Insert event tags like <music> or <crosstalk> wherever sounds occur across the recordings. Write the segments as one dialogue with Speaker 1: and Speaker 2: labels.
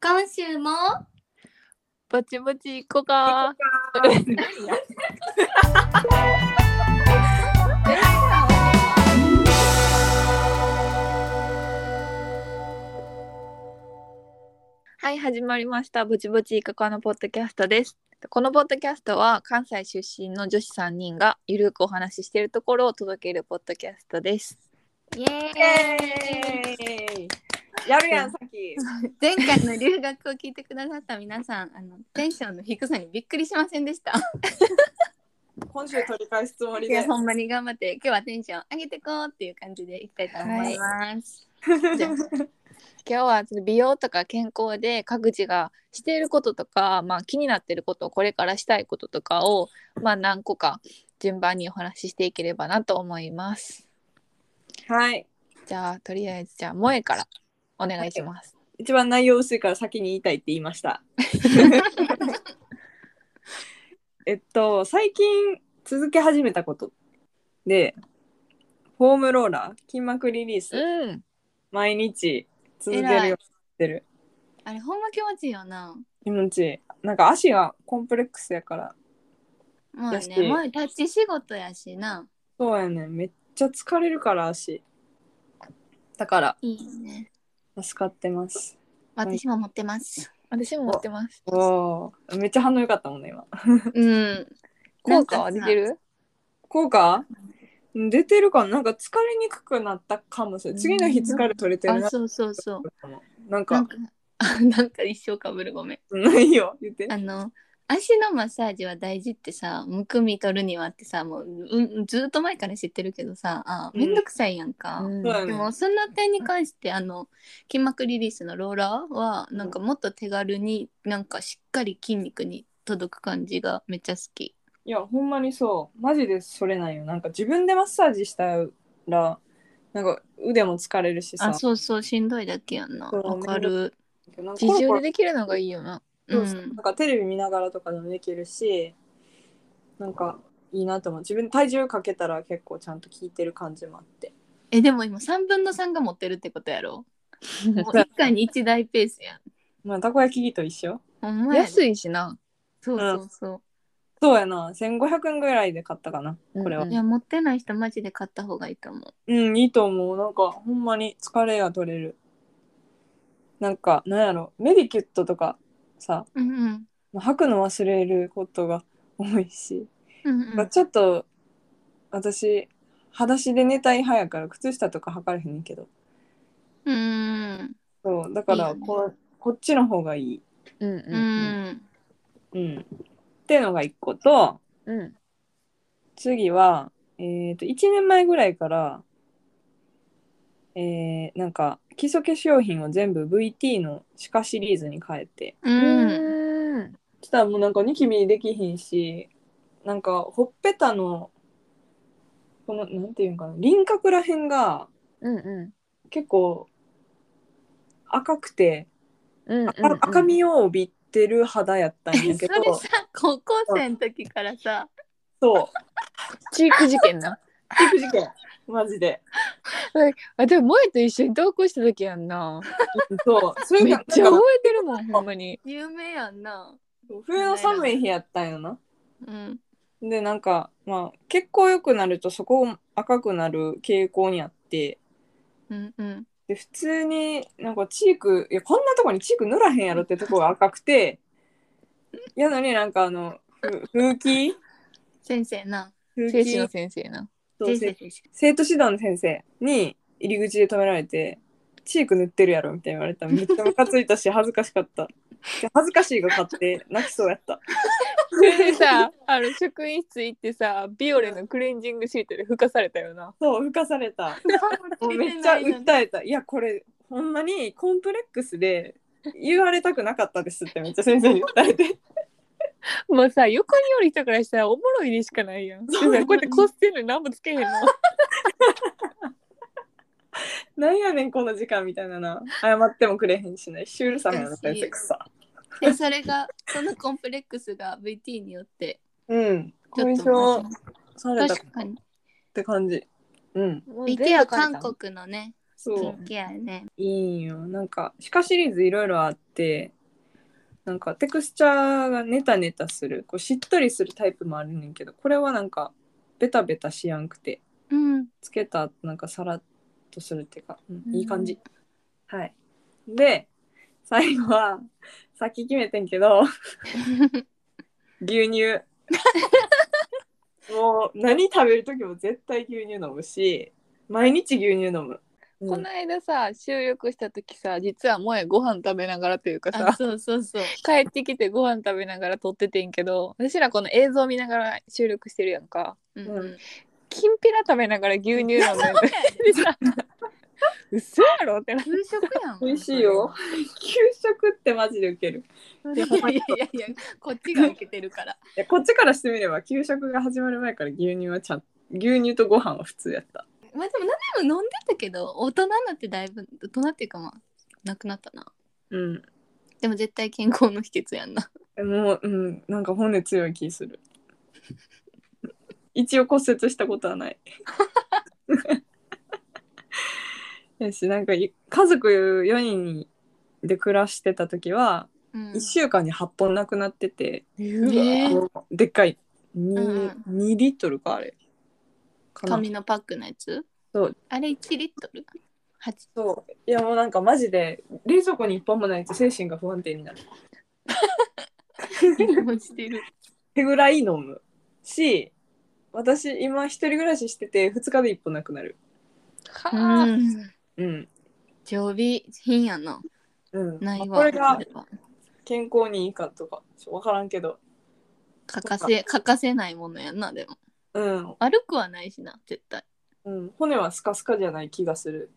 Speaker 1: 今週も
Speaker 2: ぼちぼち行こうか。はい、始まりました。ぼちぼちいかかのポッドキャストです。このポッドキャストは関西出身の女子3人がゆるくお話ししているところを届けるポッドキャストです。
Speaker 1: イエ
Speaker 3: イエーイやるやん、さっき。
Speaker 1: 前回の留学を聞いてくださった皆さんあのテンションの低さにびっくりしませんでした
Speaker 3: 今週取り返すつもり
Speaker 1: <laughs> い
Speaker 3: で
Speaker 1: や。ほんまに頑張って今日はテンション上げてこうっていう感じでいきたいと思います、
Speaker 2: 今日はその美容とか健康で各自がしていることとか、まあ、気になっていることこれからしたいこととかを、まあ、何個か順番にお話ししていければなと思います。
Speaker 3: はい。
Speaker 2: じゃあとりあえずじゃあ萌えからお願いします。
Speaker 3: 一番内容薄いから先に言いたいって言いました。 <laughs> えっと、最近続け始めたことで、フォームローラー、筋膜リリース、
Speaker 2: うん、
Speaker 3: 毎日続けるようになってる。
Speaker 1: あれほんま気持ちいいよな
Speaker 3: 気持ちいい。なんか足がコンプレックスやから、
Speaker 1: もう
Speaker 3: だし
Speaker 1: ねもう立ち仕事やしな
Speaker 3: そうやねんめっちゃ疲れるから足。だから、
Speaker 1: いいね
Speaker 3: 助かってます。
Speaker 1: 私も持ってます
Speaker 2: 私も持ってます。
Speaker 3: おーめっちゃ反応良かったもんね、今。
Speaker 1: うん
Speaker 2: 効果は出てる
Speaker 3: 効果出てるかななんか疲れにくくなったかもしれない。次の日疲れ取れてる
Speaker 1: あ
Speaker 3: な。
Speaker 1: そうそうそう
Speaker 3: なん
Speaker 1: な
Speaker 3: か
Speaker 1: ん、か <laughs> あなんか一生かぶるごめん
Speaker 3: ないよ、言って。
Speaker 1: あの足のマッサージは大事ってさむくみ取るにはってさもううんずっと前から知ってるけどさあ
Speaker 3: うん
Speaker 1: めんどくさいやんか、
Speaker 2: うん
Speaker 3: そうや
Speaker 1: で
Speaker 3: ね
Speaker 1: もその点に関してあの筋膜リリースのローラーはなんかもっと手軽になんかしっかり筋肉に届く感じがめっちゃ好き。
Speaker 3: いや、ほんまにそう。マジでそれなんよ。なんか自分でマッサージしたら、なんか腕も疲れるしさ。
Speaker 1: あそうそうしんどいだけやんな。
Speaker 3: そう
Speaker 1: わかる。
Speaker 3: なんか
Speaker 2: 自
Speaker 3: コ
Speaker 2: 重
Speaker 3: ロ
Speaker 2: でできるのがいいよな。
Speaker 3: コ
Speaker 1: う
Speaker 3: ロそうそうなんんかテレビ見ながらとかでもできるし、なんかいいなと思う。自分体重かけたら結構ちゃんと効いてる感じもあって。
Speaker 1: えでも今3分の3が持ってるってことやろ。もう1回に1台ペースやん。
Speaker 3: まあ、たこ焼き器と一緒
Speaker 1: ほんまや
Speaker 2: 安
Speaker 1: い。
Speaker 2: いしな。
Speaker 1: そうそうそう。
Speaker 3: そうやな。1500円ぐらいで買ったかな。これは
Speaker 2: うん
Speaker 1: いや持ってない人マジで買った方がいいと思う。
Speaker 3: うん、いいと思う。なんか、ほんまに疲れが取れる。なんか、なんやろ、メディキュットとかさ、
Speaker 1: うんうん。
Speaker 3: 吐くの忘れることが多いし、
Speaker 1: うんう
Speaker 3: まあ
Speaker 1: ん、
Speaker 3: ちょっと、私、裸足で寝たい派やから、靴下とか履かれへんねんけど、
Speaker 1: うん
Speaker 3: そう、だか
Speaker 1: いい
Speaker 3: ら
Speaker 1: よね
Speaker 3: こ、こっちの方がいい。
Speaker 2: うんう
Speaker 1: うんん
Speaker 3: うん。ってのが一個と、
Speaker 2: うんうん。
Speaker 3: 次は、えっ、と、1年前ぐらいから、えー、なんか、基礎化粧品を全部 VT の歯科シリーズに変えて、
Speaker 1: うん
Speaker 2: うん
Speaker 3: そしたらもうなんかニキビできひんしなんかほっぺたのこのなんていうんかな輪郭らへんが
Speaker 2: うんうん
Speaker 3: 結構赤くて、
Speaker 2: うんうん。
Speaker 3: あ赤みを帯びてる肌やったんや
Speaker 1: そ
Speaker 3: け
Speaker 1: れ
Speaker 3: ど
Speaker 1: さ高校生の時からさ
Speaker 3: そう
Speaker 2: チーク事件な。
Speaker 3: 皮膚事件マジで
Speaker 2: あでも萌えと一緒に同行した時やんな。
Speaker 3: そうそれ
Speaker 2: めっ
Speaker 3: が
Speaker 2: ちゃ
Speaker 3: なん
Speaker 2: 覚
Speaker 3: か
Speaker 2: えてるもんほんまに。
Speaker 1: 有名やんな。
Speaker 3: 冬の寒い日やったんやな
Speaker 1: うん
Speaker 3: でなんかまあ血行良くなるとそこ赤くなる傾向にあって
Speaker 1: うんうん
Speaker 3: で普通になんかチークいやこんなとこにチーク塗らへんやろってとこが赤くてやのになんかあのふ風紀
Speaker 1: 先生な。
Speaker 3: 風
Speaker 2: 精神の
Speaker 3: 紀
Speaker 2: 先生な。
Speaker 3: そう
Speaker 1: 先生
Speaker 3: 生
Speaker 1: 先生。
Speaker 3: 生徒指導の先生に入り口で止められて「チーク塗ってるやろ」みたいに言われためっちゃムカついたし恥ずかしかったで恥ずかしいが勝って泣きそうや
Speaker 2: <laughs>
Speaker 3: った
Speaker 2: それでさあの職員室行ってさビオレのクレンジングシートで吹かされたよな。
Speaker 3: そう吹かされたもうめっちゃ訴えたいやこれほんまにコンプレックスで言われたくなかったですってめ <laughs> っちゃ先生に訴えて
Speaker 2: もうさ横におる人からしたらおもろいでしかないやん。でさこうやってこすってんのに何もつけへんの。
Speaker 3: なんやねんこの時間みたいなな謝ってもくれへんしないシュールさもやな先生くさ
Speaker 1: でそれがそのコンプレックスが VT によって
Speaker 3: うん
Speaker 1: ちょっ
Speaker 3: 後遺
Speaker 1: と
Speaker 3: 症されたっ
Speaker 1: 確かに
Speaker 3: て感じうん
Speaker 2: もう
Speaker 1: VT
Speaker 2: 全
Speaker 1: は
Speaker 2: 部変えた
Speaker 1: 韓国のね
Speaker 3: そう
Speaker 1: キンケアやね。
Speaker 3: いいんよなんか歯科シリーズいろいろあってなんかテクスチャーがネタネタするこうしっとりするタイプもあるねんけどこれはなんかベタベタしやんくて
Speaker 1: うん。
Speaker 3: つけた後なんかさらっとするっていうか、うん
Speaker 2: うん
Speaker 3: いい感じ、はいで最後はさっき決めてんけど牛乳もう何食べる時も絶対牛乳飲むし毎日牛乳飲む、うん
Speaker 2: この間さ収録した時さ実は萌えご飯食べながらというか
Speaker 1: あ、
Speaker 2: さ
Speaker 1: そうそうそう。
Speaker 2: 帰ってきてご飯食べながら撮っててんけど私らこの映像見ながら収録してるやんか
Speaker 1: うん
Speaker 3: う
Speaker 1: うん。
Speaker 2: きんぴら食べながら牛乳飲ん
Speaker 1: <laughs>
Speaker 2: でる嘘やろってな
Speaker 1: 給食やん。
Speaker 3: 美味しいよ。給食ってマジでウケる
Speaker 1: いやいやいやいや、こっちが受けてるから。
Speaker 3: いやこっちからしてみれば給食が始まる前から牛乳はちゃん牛乳とご飯は普通やった
Speaker 1: まあでも何でも飲んでたけど、大人になってだいぶ、大人っていうかまあ、なくなったな。
Speaker 3: うん
Speaker 1: でも絶対健康の秘訣やんな。
Speaker 3: もううんなんか骨強い気する一応骨折したことはない <laughs> やしなんかい家族4人で暮らしてた時は
Speaker 1: うん
Speaker 3: 1週間に8本なくなってて、
Speaker 1: えー
Speaker 3: こうでっかい 2,、
Speaker 1: うん
Speaker 3: 2リットルかあれかな
Speaker 1: 紙のパックのやつ
Speaker 3: そう
Speaker 1: あれ1リットル ?8
Speaker 3: そういやもうなんかマジで冷蔵庫に一本もないと精神が不安定になる
Speaker 1: もしてる。
Speaker 3: ってぐらい飲むし私今一人暮らししてて2日で1本なくなる
Speaker 1: <laughs>
Speaker 2: は
Speaker 1: う
Speaker 2: あ、
Speaker 1: ん。
Speaker 3: うん、
Speaker 1: 常備品やな。
Speaker 3: うん
Speaker 1: ないわ。
Speaker 3: まあこれが
Speaker 1: それは
Speaker 3: 健康にいいかとかちょ分からんけど
Speaker 1: 欠かせ、欠かせないものやな、でも。
Speaker 3: うん、
Speaker 1: 悪くはないしな、絶対。
Speaker 3: うん、骨はスカスカじゃない気がす
Speaker 1: <laughs>
Speaker 3: る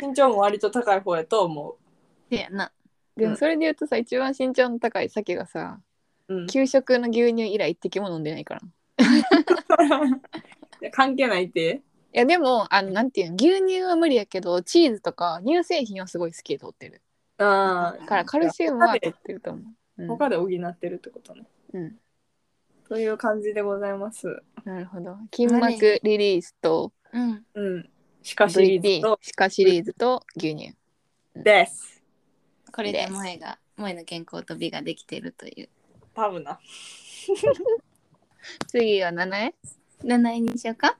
Speaker 3: 身長も割と高い方やと思
Speaker 1: せやな。
Speaker 2: でもそれで言うとさ一番身長の高いさきがさ
Speaker 3: う、うん、
Speaker 2: 給食の牛乳以来一滴も飲んでないからい
Speaker 3: いや <laughs> 関係ないって
Speaker 2: やでもあのなんていうの牛乳は無理やけどチーズとか乳製品はすごい好きで取ってる
Speaker 3: あ
Speaker 2: だ
Speaker 3: あ
Speaker 2: からカルシウムは取ってると思う、うん
Speaker 3: 他で補ってるってことね
Speaker 2: うん
Speaker 3: という感じでございます
Speaker 2: なるほど筋膜リリースと
Speaker 1: うん。
Speaker 3: うん歯科シリーズ
Speaker 2: VT
Speaker 3: と
Speaker 2: 歯科シリーズと牛乳
Speaker 3: です
Speaker 1: これで
Speaker 2: です
Speaker 1: 萌えが、萌えの健康と美ができてるという。
Speaker 3: 多分な
Speaker 2: 次は7円、
Speaker 1: 7位にしようか。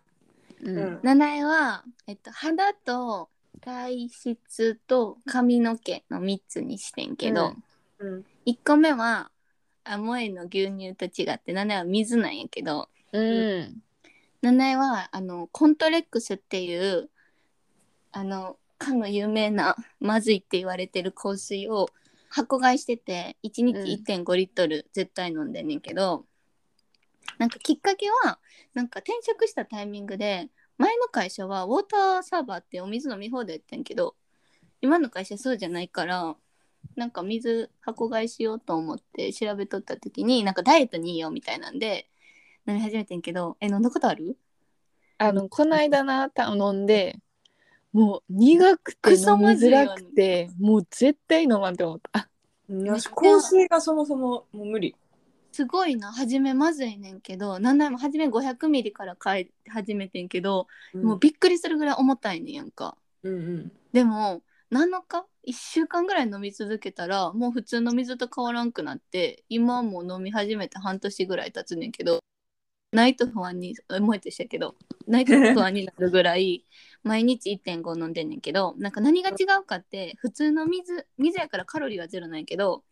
Speaker 2: う
Speaker 3: うん
Speaker 1: 7位は、えっと、肌と体質と髪の毛の3つにしてんけど、
Speaker 2: うん
Speaker 3: うん
Speaker 1: 1個目は、あ萌えの牛乳と違って7位は水なんやけど、
Speaker 2: うん
Speaker 1: 七重はあのコントレックスっていうあのかの有名なまずいって言われてる香水を箱買いしてて1日
Speaker 2: うん
Speaker 1: 1.5リットル絶対飲んでんねんけど、なんかきっかけはなんか転職したタイミングで前の会社はウォーターサーバーってお水飲み放題やってんけど今の会社そうじゃないからなんか水箱買いしようと思って調べとった時になんかダイエットにいいよみたいなんで飲み始めてんけどえ飲んだことある
Speaker 2: あのこの間なた飲んでもう苦くて
Speaker 1: ク
Speaker 2: 飲
Speaker 1: ソ
Speaker 2: み
Speaker 1: まず
Speaker 2: づ
Speaker 1: いよね
Speaker 2: らくてもう絶対飲まんって思った
Speaker 3: うん
Speaker 1: めっ
Speaker 3: よ
Speaker 1: ち
Speaker 3: し
Speaker 1: ゃ
Speaker 3: 香水がそもそももう無理
Speaker 1: すごいな初めまずいねんけど何でも初め500ミリから買い始めてんけど、もうびっくりするぐらい重たいねんやんか
Speaker 3: うんうん
Speaker 1: でも7日1週間ぐらい飲み続けたらもう普通の水と変わらんくなって今はもう飲み始めて半年ぐらい経つねんけどないと不安に思えてしたけどないと不安になるぐらい <laughs> 毎日1.5飲んでんねんけどなんか何が違うかって普通の水水やからカロリーはゼロなんやけど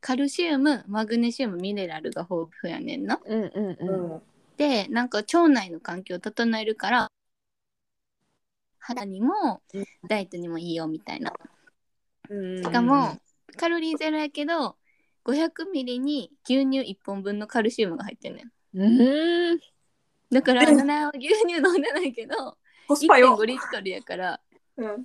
Speaker 1: カルシウムマグネシウムミネラルが豊富やねんな。
Speaker 2: うんうん
Speaker 3: う
Speaker 2: うん
Speaker 3: ん
Speaker 1: でなんか腸内の環境を整えるから肌にも
Speaker 3: うん
Speaker 1: ダイエットにもいいよみたいな
Speaker 3: うん
Speaker 1: しかもカロリーゼロやけど500ミリに牛乳1本分のカルシウムが入ってんねん
Speaker 2: うんうん
Speaker 1: だから7は牛乳飲んでないけど
Speaker 3: コスパよ
Speaker 1: 1.5、リットルやから
Speaker 3: うん、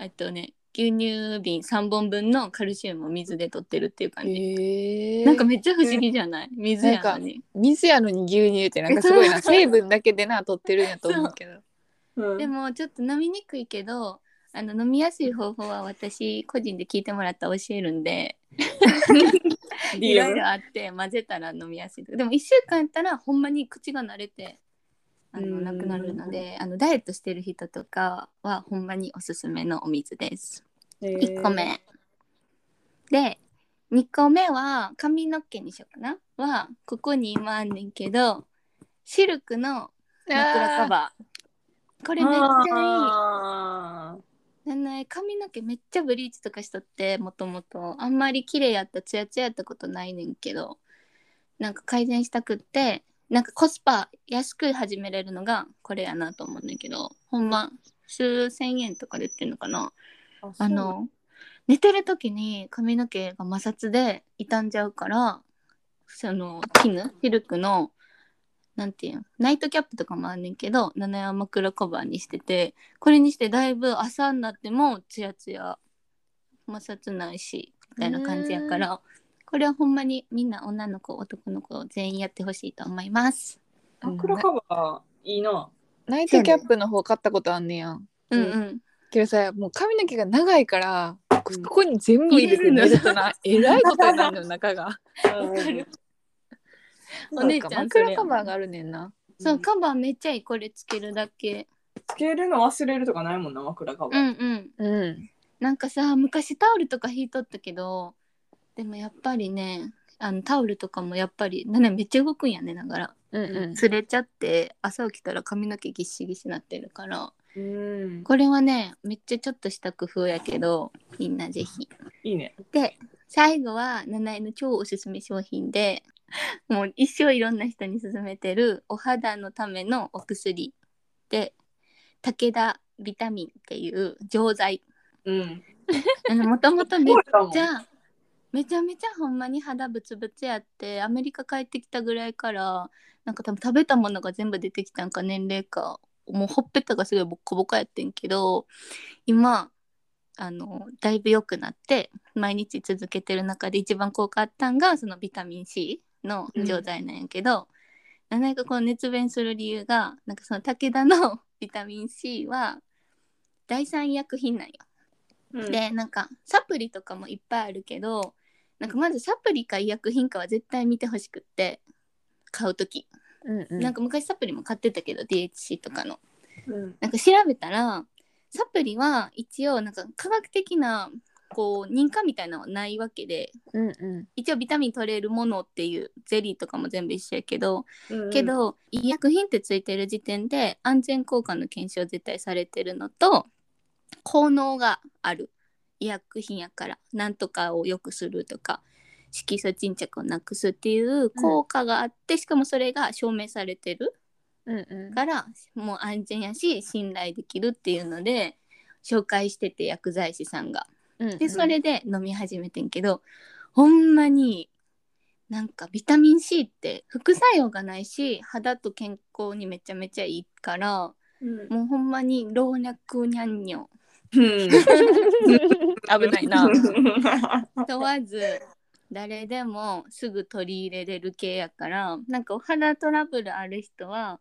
Speaker 1: えっとね牛乳瓶3本分のカルシウムを水で取ってるっていう感じ、
Speaker 2: えー、
Speaker 1: なんかめっちゃ不思議じゃない水やのに
Speaker 2: 水やのに牛乳ってなんかすごいな成分だけでな取ってるんやと思うけど
Speaker 3: うん、
Speaker 1: でもちょっと飲みにくいけどあの飲みやすい方法は私個人で聞いてもらったら教えるんでいろい
Speaker 3: DM
Speaker 1: ろあって混ぜたら飲みやすいとかでも1週間やったらほんまに口が慣れてあのなくなるのであのダイエットしてる人とかはほんまにおすすめのお水です。1個目で2個目は髪の毛にしようかなはここに今あんねんけどシルクの枕カバーこ
Speaker 3: こ
Speaker 1: れめっちゃいい。
Speaker 3: ゃいい
Speaker 1: なんない髪の毛めっちゃブリーチとかしとってもともとあんまり綺麗やったツヤツヤやったことないねんけどなんか改善したくってなんかコスパ安く始めれるのがこれやなと思うねんだけどほんま数千円とかで売ってんのかなあの寝てる時に髪の毛が摩擦で傷んじゃうからその絹シルクのなんていうんナイトキャップとかもあんねんけど七山黒カバーにしててこれにしてだいぶ朝になってもツヤツヤ摩擦ないしみたいな感じやからこれはほんまにみんな女の子男の子全員やってほしいと思います。
Speaker 3: そう枕カバーいいな
Speaker 2: ナイトキャップの方買ったことあんねやん。
Speaker 1: うん
Speaker 3: ん
Speaker 1: うん、
Speaker 2: けどさもう髪の毛が長いからこ
Speaker 3: うん
Speaker 2: ここに全部入れて
Speaker 1: 入れ
Speaker 2: 寝
Speaker 1: るの
Speaker 2: るとなえらいことになるの中が。
Speaker 1: お姉ちゃんそれ
Speaker 2: 枕カバーがあるねんな。
Speaker 1: そうカバーめっちゃいいこれつけるだけ。
Speaker 3: つけるの忘れるとかないもんな枕カバ
Speaker 1: う
Speaker 3: ー
Speaker 1: んうん
Speaker 2: うん。
Speaker 1: なんかさ昔タオルとか引いとったけどでもやっぱりねあのタオルとかもやっぱりなんかめっちゃ動くんやねながら
Speaker 2: うんうん。
Speaker 1: 擦れちゃって朝起きたら髪の毛ぎっしぎしなってるから
Speaker 3: うん
Speaker 1: これはねめっちゃちょっとした工夫やけどみんなぜひ
Speaker 3: いいね
Speaker 1: で最後は七重の超おすすめ商品でもう一生いろんな人に勧めてるお肌のためのお薬で武田ビタミンっていう錠剤
Speaker 3: うん
Speaker 1: もともとめっ
Speaker 3: そうだもん
Speaker 1: ちゃめちゃめちゃほんまに肌ブツブツやってアメリカ帰ってきたぐらいからなんか多分食べたものが全部出てきたんか年齢かもうほっぺたがすごいボッコボコやってんけど今あのだいぶ良くなって毎日続けてる中で一番効果あったんがそのビタミン C の錠剤なんやけど、なんかこう熱弁する理由がなんかその武田の <laughs> ビタミン C は第三医薬品なんよ。でなんかサプリとかもいっぱいあるけどなんかまずサプリか医薬品かは絶対見てほしくって買う時、
Speaker 2: うんうん。
Speaker 1: なん
Speaker 2: か
Speaker 1: か昔サプリも買ってたけど DHC とかの
Speaker 3: うん
Speaker 1: なんか調べたらサプリは一応なんか科学的なこう認可みたいなのはないわけで
Speaker 2: うんう
Speaker 1: 一応ビタミン取れるものっていうゼリーとかも全部一緒やけど
Speaker 3: うん
Speaker 1: けど、医薬品ってついてる時点で安全効果の検証絶対されてるのと効能がある医薬品やからなんとかを良くするとか色素沈着をなくすっていう効果があって、しかもそれが証明されてる
Speaker 2: ん。うんうん。
Speaker 1: からもう安全やし信頼できるっていうので紹介してて薬剤師さんが。
Speaker 2: うんうん
Speaker 1: でそれで飲み始めてんけど、ほんまになんかビタミン C って副作用がないし肌と健康にめちゃめちゃいいから
Speaker 3: うん
Speaker 1: もうほんまに老若にゃんにょ
Speaker 3: うん
Speaker 2: 危ないな。
Speaker 1: 問わず誰でもすぐ取り入れれる系やからなんかお肌トラブルある人は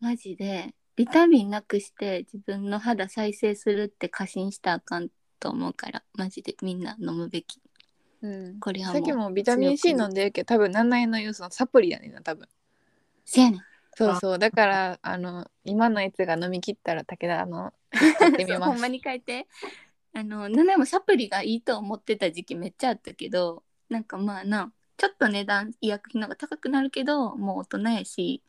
Speaker 1: マジでビタミンなくして自分の肌再生するって過信したらあかんと思うからマジでみんな飲むべき
Speaker 2: うん。
Speaker 1: これは
Speaker 2: さ
Speaker 1: も
Speaker 2: っき
Speaker 1: う
Speaker 2: もビタミン C 飲んでるけど多分何円の要素のサプリやねんな多分。
Speaker 1: せやねん
Speaker 2: そうそうだからあの今のやつが飲み切ったら武田の買ってみ
Speaker 1: そう <laughs>
Speaker 2: ま
Speaker 1: ほん
Speaker 2: す
Speaker 1: ま。に変えてあの何でもサプリがいいと思ってた時期めっちゃあったけどなんかまあなちょっと値段医薬品の方が高くなるけどもう大人やし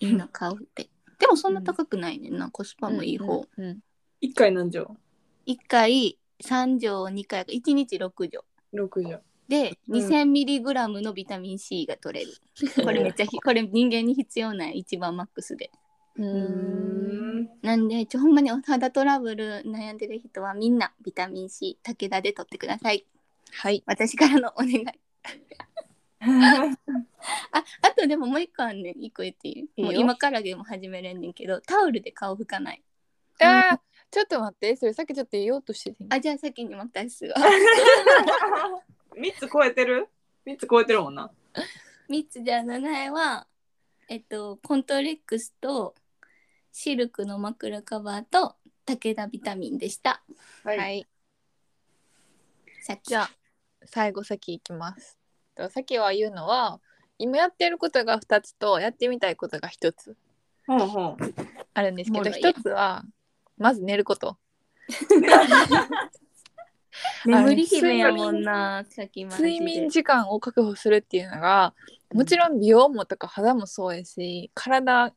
Speaker 1: いいの買うってでもそんな高くないねんな、コスパもいい方、
Speaker 2: うんうん
Speaker 3: 一回何錠
Speaker 1: 1回3錠2回が1日6錠
Speaker 3: 六錠
Speaker 1: で
Speaker 3: うん
Speaker 1: 2000mg のビタミン C が取れる、これめっちゃひこれ人間に必要ない一番マックスで
Speaker 2: うん
Speaker 3: う
Speaker 2: うん
Speaker 3: ん
Speaker 1: なんでちょほんまにお肌トラブル悩んでる人はみんなビタミン C 武田で取ってください
Speaker 2: はい。
Speaker 1: 私からのお願い。あ、あとでももう一個あんねん。一個言っていい
Speaker 2: いいよ
Speaker 1: もう今からでも始めれんねんけど、タオルで顔拭かない。
Speaker 2: あーちょっと待ってそれさっきちょっと言おうとしてて。
Speaker 1: あ、じゃあ先に私すわ。
Speaker 3: <laughs>
Speaker 1: <laughs>
Speaker 3: 三つ超えてる三つ超えてるもんな
Speaker 1: 三つじゃあ七重は、えっと、コントレックスとシルクの枕カバーと武田ビタミンでした。
Speaker 2: はい。
Speaker 1: さっき。<laughs>
Speaker 2: じゃあ最後先行きます。と先は言うのは今やってることが2つとやってみたいことが1つ。
Speaker 3: ほうほう。
Speaker 2: あるんですけ
Speaker 1: も
Speaker 2: ど
Speaker 1: ろいや
Speaker 2: 一つはまず寝ること
Speaker 1: 眠り姫やもんな、さっきまで
Speaker 2: 睡眠時間を確保するっていうのがもちろん美容もとか肌もそうやし体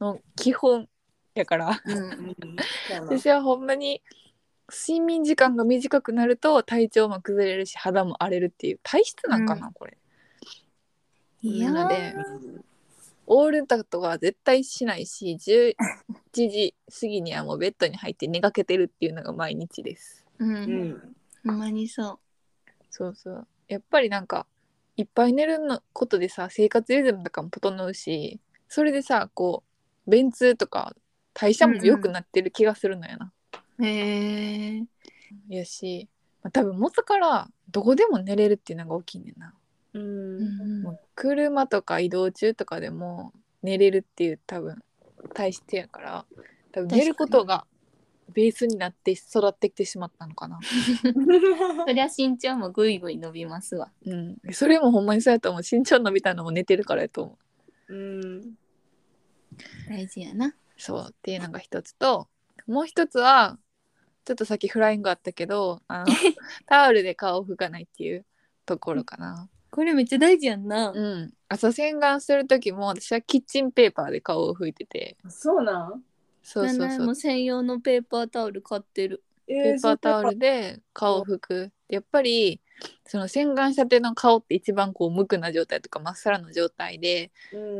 Speaker 2: の基本やから
Speaker 1: うん。
Speaker 2: 私はほんまに睡眠時間が短くなると体調も崩れるし肌も荒れるっていう体質なんかな、これ
Speaker 1: いや
Speaker 2: な
Speaker 1: ー
Speaker 2: のでオールだとかは絶対しないし11時過ぎにはもうベッドに入って寝かけてるっていうのが毎日です
Speaker 1: うん
Speaker 3: う。ん。
Speaker 1: ほんまにそ
Speaker 2: そうそうやっぱりなんかいっぱい寝るのことでさ生活リズムとかも整うしそれでさこう便通とか代謝も良くなってる気がするのよな、
Speaker 1: う。へえ。
Speaker 2: やし、まあ、多分元からどこでも寝れるっていうのが大きいねんな、
Speaker 3: うん。
Speaker 2: もう車とか移動中とかでも寝れるっていう多分体質やから多分
Speaker 1: 確かに
Speaker 2: 寝ることがベースになって育ってきてしまったのかな、
Speaker 1: そりゃ身長もぐいぐい伸びますわ。
Speaker 2: うん、それもほんまにそうやと思う身長伸びたのも寝てるからやと思う
Speaker 3: うん。
Speaker 1: 大事やな。
Speaker 2: そうっていうのが一つともう一つはちょっとさっきフライングあったけどあのタオルで顔を拭かないっていうところかな、
Speaker 1: これめっちゃ大事やんな。
Speaker 2: うん、朝洗顔する時も私はキッチンペーパーで顔を拭いてて
Speaker 3: そうなん
Speaker 2: そうそう
Speaker 1: なん
Speaker 2: そ
Speaker 1: ならも
Speaker 2: う
Speaker 1: う専用のペーパータオル買ってる。
Speaker 2: ペ
Speaker 3: え
Speaker 2: ーパータオルで顔を拭くやっぱりその洗顔したての顔って一番こう無垢な状態とかまっさらの状態で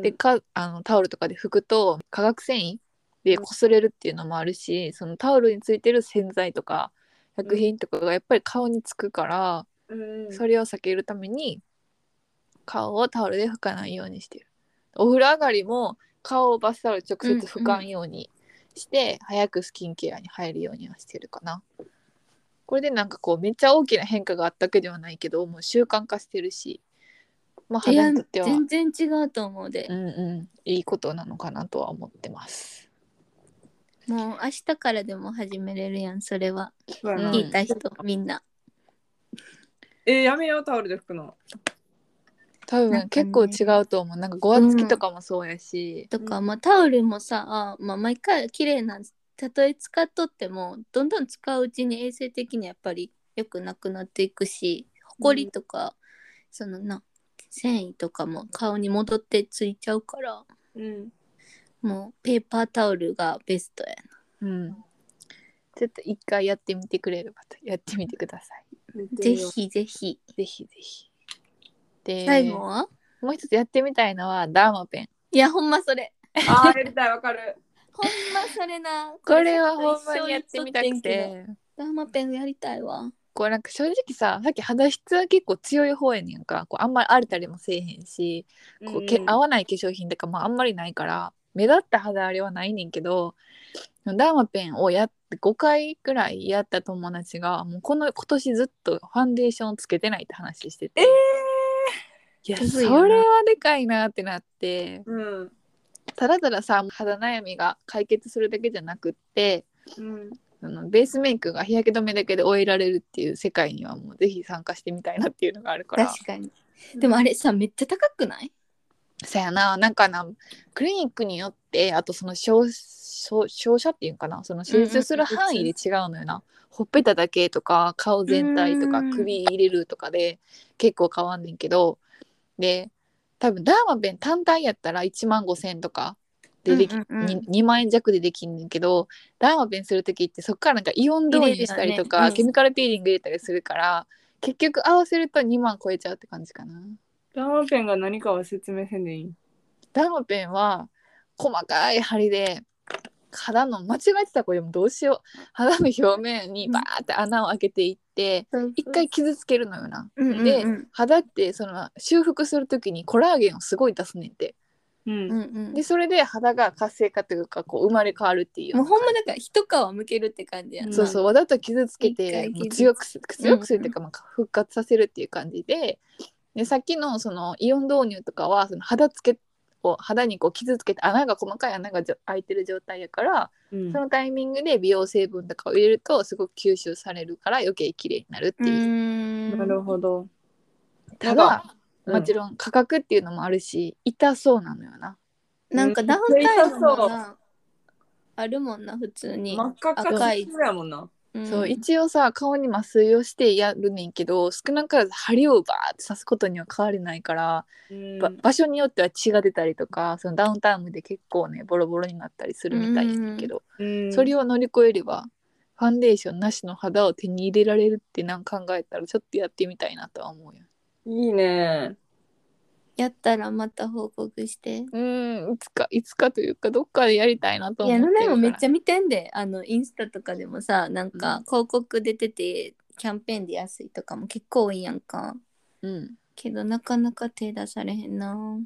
Speaker 2: でかあのタオルとかで拭くと化学繊維で擦れるっていうのもあるしそのタオルについてる洗剤とか薬品とかがやっぱり顔につくから、そ
Speaker 3: れ
Speaker 2: れを避けるために顔をタオルで拭かないようにしてるお風呂上がりも顔をバスタオル直接拭かんようにして、早くスキンケアに入るようにはしてるかなこれでなんかこうめっちゃ大きな変化があったわけではないけどもう習慣化してるしまあ
Speaker 1: い
Speaker 2: 肌
Speaker 1: や
Speaker 2: にとっては
Speaker 1: 全然違うと思うで
Speaker 2: う、んうん、いいことなのかなとは思ってます。
Speaker 1: もう明日からでも始めれるやんそれは、
Speaker 2: うん
Speaker 1: 聞いた人みんな
Speaker 3: え、やめよう、タオルで拭くの。
Speaker 2: 多
Speaker 1: なん
Speaker 2: 分
Speaker 1: か
Speaker 2: 結
Speaker 1: ね
Speaker 2: 構違うと思う。なんかごわつきとかもそうやし、
Speaker 1: とか、
Speaker 3: う
Speaker 1: まあ、タオルもさ、あまあ、毎回綺麗なたとえ使っとってもどんどん使ううちに衛生的にやっぱり良くなくなっていくしほこりとか、そのな繊維とかも顔に戻ってついちゃうから
Speaker 3: うん。
Speaker 1: もうペーパータオルがベストや
Speaker 2: うん、ちょっと一回やってみてくれればと、やってみてくださ <laughs> い。
Speaker 1: なぜひぜひ、
Speaker 2: ぜひぜひ。で、
Speaker 1: 最後は
Speaker 2: もう一つやってみたいのはダーマペン。
Speaker 1: いやほんまそれ
Speaker 3: ああ、やりたい、わかる。
Speaker 1: ほんまそれな
Speaker 2: これはほんまにやってみたくて。
Speaker 1: ダーマペンやりたいわ
Speaker 2: こうなんか正直ささっき肌質は結構強い方やねんかこうあんまり荒れたりもせえへんし、こうけ合わない化粧品とかもあんまりないから目立った肌荒れはないねんけどダーマペンをやって5回くらいやった友達がもうこの今年ずっとファンデーションつけてないって話してて、
Speaker 3: え
Speaker 2: いや
Speaker 1: む
Speaker 2: そ
Speaker 1: ずいよな
Speaker 2: れはでかいなってなって
Speaker 3: うん。
Speaker 2: ただたださ肌悩みが解決するだけじゃなくって
Speaker 3: うん。
Speaker 2: あのベースメイクが日焼け止めだけで終えられるっていう世界にはもうぜひ参加してみたいなっていうのがあるから
Speaker 1: 確かにでもあれさめっちゃ高くない
Speaker 2: そやななんかなクリニックによってあとその照照照射っていうんかなその施術する範囲で違うのよな、ほっぺただけとか顔全体とか
Speaker 1: うん
Speaker 2: 首入れるとかで結構変わんねんけどで多分ダーマペン単体やったら1万5千とかででき、
Speaker 1: うんうんうん
Speaker 2: に2万円弱でできんねんけどダーマペンする時ってそっからなんかイオン導入した
Speaker 1: 入
Speaker 2: りと
Speaker 1: れるよ
Speaker 2: か、
Speaker 1: ねうん
Speaker 2: ケミカルピーリング入れたりするから結局合わせると2万超えちゃうって感じかな。
Speaker 3: ダーマペンが何かは説明せんでいい。
Speaker 2: ダーマペンは細かい針で肌の間違えてたこれもどうしよう肌の表面にバーって穴を開けていって一回傷つけるのよな
Speaker 1: うんうんうん
Speaker 2: 肌ってその修復する時にコラーゲンをすごい出すねんて
Speaker 3: う。
Speaker 1: うんん
Speaker 2: でそれで肌が活性化というかこう生まれ変わるっていうよ
Speaker 1: も
Speaker 2: う
Speaker 1: う
Speaker 2: な
Speaker 1: ほんまだから一皮むけるって感じや
Speaker 3: うん
Speaker 1: な
Speaker 2: そうそうわざと傷つけ
Speaker 1: 一
Speaker 2: て
Speaker 1: 回
Speaker 2: もう
Speaker 1: 傷
Speaker 2: 強くす強くするっていうか、まあ、復活させるっていう感じででさっきのそのイオン導入とかはその肌つけを肌にこう傷つけて穴が細かい穴がじょ開いてる状態やから、
Speaker 3: うん
Speaker 2: そのタイミングで美容成分とかを入れるとすごく吸収されるから余計綺麗になるって
Speaker 1: うー
Speaker 2: いう。
Speaker 1: ん
Speaker 3: なるほど。
Speaker 2: た
Speaker 3: なん
Speaker 2: だ
Speaker 3: かうん
Speaker 2: もちろん価格っていうのもあるし痛そうなのよな。
Speaker 1: なんかダウンタイムもなあるもんな普通に
Speaker 3: 真っ赤っか
Speaker 1: 赤
Speaker 3: ち
Speaker 1: い
Speaker 3: っちゃいもんな。
Speaker 1: うん
Speaker 2: そう一応さ顔に麻酔をしてやるねんけど少なからず針をバーって刺すことには変わりないから、
Speaker 3: うん
Speaker 2: ば場所によっては血が出たりとかそのダウンタイムで結構ねボロボロになったりするみたいやねんけど、それ
Speaker 3: を
Speaker 2: を乗り越えればファンデーションなしの肌を手に入れられるってなんか考えたらちょっとやってみたいなとは思うよ。
Speaker 3: いいね。
Speaker 1: やったらまた報告して
Speaker 2: うんいつかいつかというかどっかでやりたいなと
Speaker 1: い
Speaker 2: 思
Speaker 1: や
Speaker 2: って
Speaker 1: の
Speaker 2: るから。
Speaker 1: でもめっちゃ見てんであのインスタとかでもさなんか広告出ててキャンペーンで安いとかも結構多いやんか
Speaker 2: うん
Speaker 1: けどなかなか手出されへんな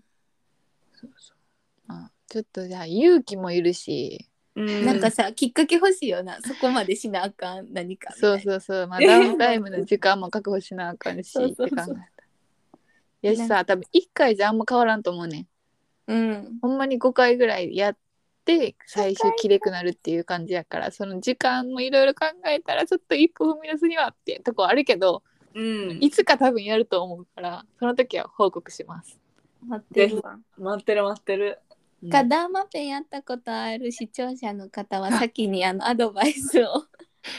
Speaker 2: そうそうまあちょっとじゃあ勇気もいる <laughs> し、
Speaker 3: な
Speaker 1: なんかさきっかけ欲しいよなそこまでしなあかん何かみたい
Speaker 2: そ
Speaker 1: な
Speaker 2: うそうそう、まあ、ダウンタイムの時間も確保しなあかん <laughs> し
Speaker 1: そう
Speaker 2: って
Speaker 1: そ
Speaker 2: 考
Speaker 1: う
Speaker 2: え
Speaker 1: そう
Speaker 2: た。やしさ多分1回じゃあんま変わらんと思うねん
Speaker 1: うん
Speaker 2: ほんまに5回ぐらいやって最終きれくなるっていう感じやからその時間もいろいろ考えたらちょっと一歩踏み出すにはってとこあるけど
Speaker 3: うん
Speaker 2: いつか多分やると思うからその時は報告します。
Speaker 1: 待ってるわ
Speaker 3: 待ってる待ってる。
Speaker 2: うん
Speaker 1: がダーマペンやったことある視聴者の方は先にあのアドバイス <laughs> を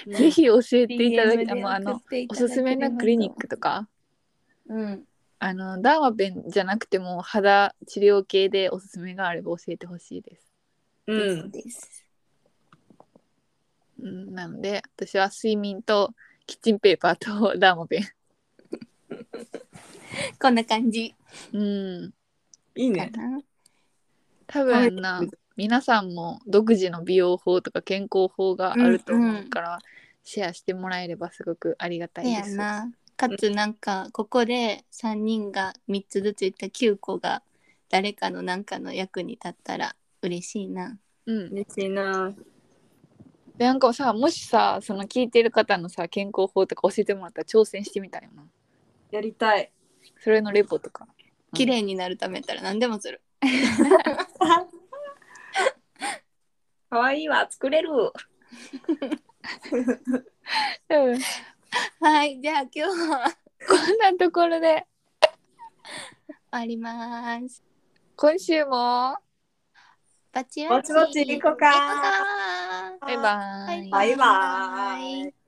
Speaker 2: ぜひ教えていた
Speaker 1: DM
Speaker 2: だきたい
Speaker 1: で
Speaker 2: もうあの
Speaker 1: 送ってい
Speaker 2: お
Speaker 1: ただければ
Speaker 2: すすめなクリニックとか
Speaker 1: うん
Speaker 2: あのダーマペンじゃなくても肌治療系でおすすめがあれば教えてほしいです。
Speaker 3: う
Speaker 1: です
Speaker 3: ん。
Speaker 1: です
Speaker 2: うんなので私は睡眠とキッチンペーパーと <laughs> ダーマペン。
Speaker 1: こんな感じ
Speaker 2: うん
Speaker 3: いい
Speaker 1: か
Speaker 3: ね。
Speaker 1: な
Speaker 2: 多分な皆さんも独自の美容法とか健康法があると思うから、シェアしてもらえればすごくありがたい
Speaker 1: せや
Speaker 2: です。
Speaker 1: なかつなんかここで3人が3つずつ言った9個が誰かのなんかの役に立ったら嬉しいな
Speaker 2: うん、で
Speaker 3: 嬉しいな。
Speaker 2: なんかさもしさその聞いてる方のさ健康法とか教えてもらったら挑戦してみたいよな。
Speaker 3: やりたい。
Speaker 2: それのレポとか。うん
Speaker 1: 綺麗になるためやったら何でもする <laughs>
Speaker 3: 可愛いわ作れる。
Speaker 2: 多分 <laughs>
Speaker 1: はいじゃあ今日は終
Speaker 2: こんなところで
Speaker 1: わります
Speaker 2: 今週も
Speaker 1: バチバ
Speaker 3: バ
Speaker 1: チ
Speaker 3: チバチ行こう
Speaker 1: 行こう
Speaker 3: か
Speaker 1: か
Speaker 2: バイバーイ。
Speaker 3: バイバーイ。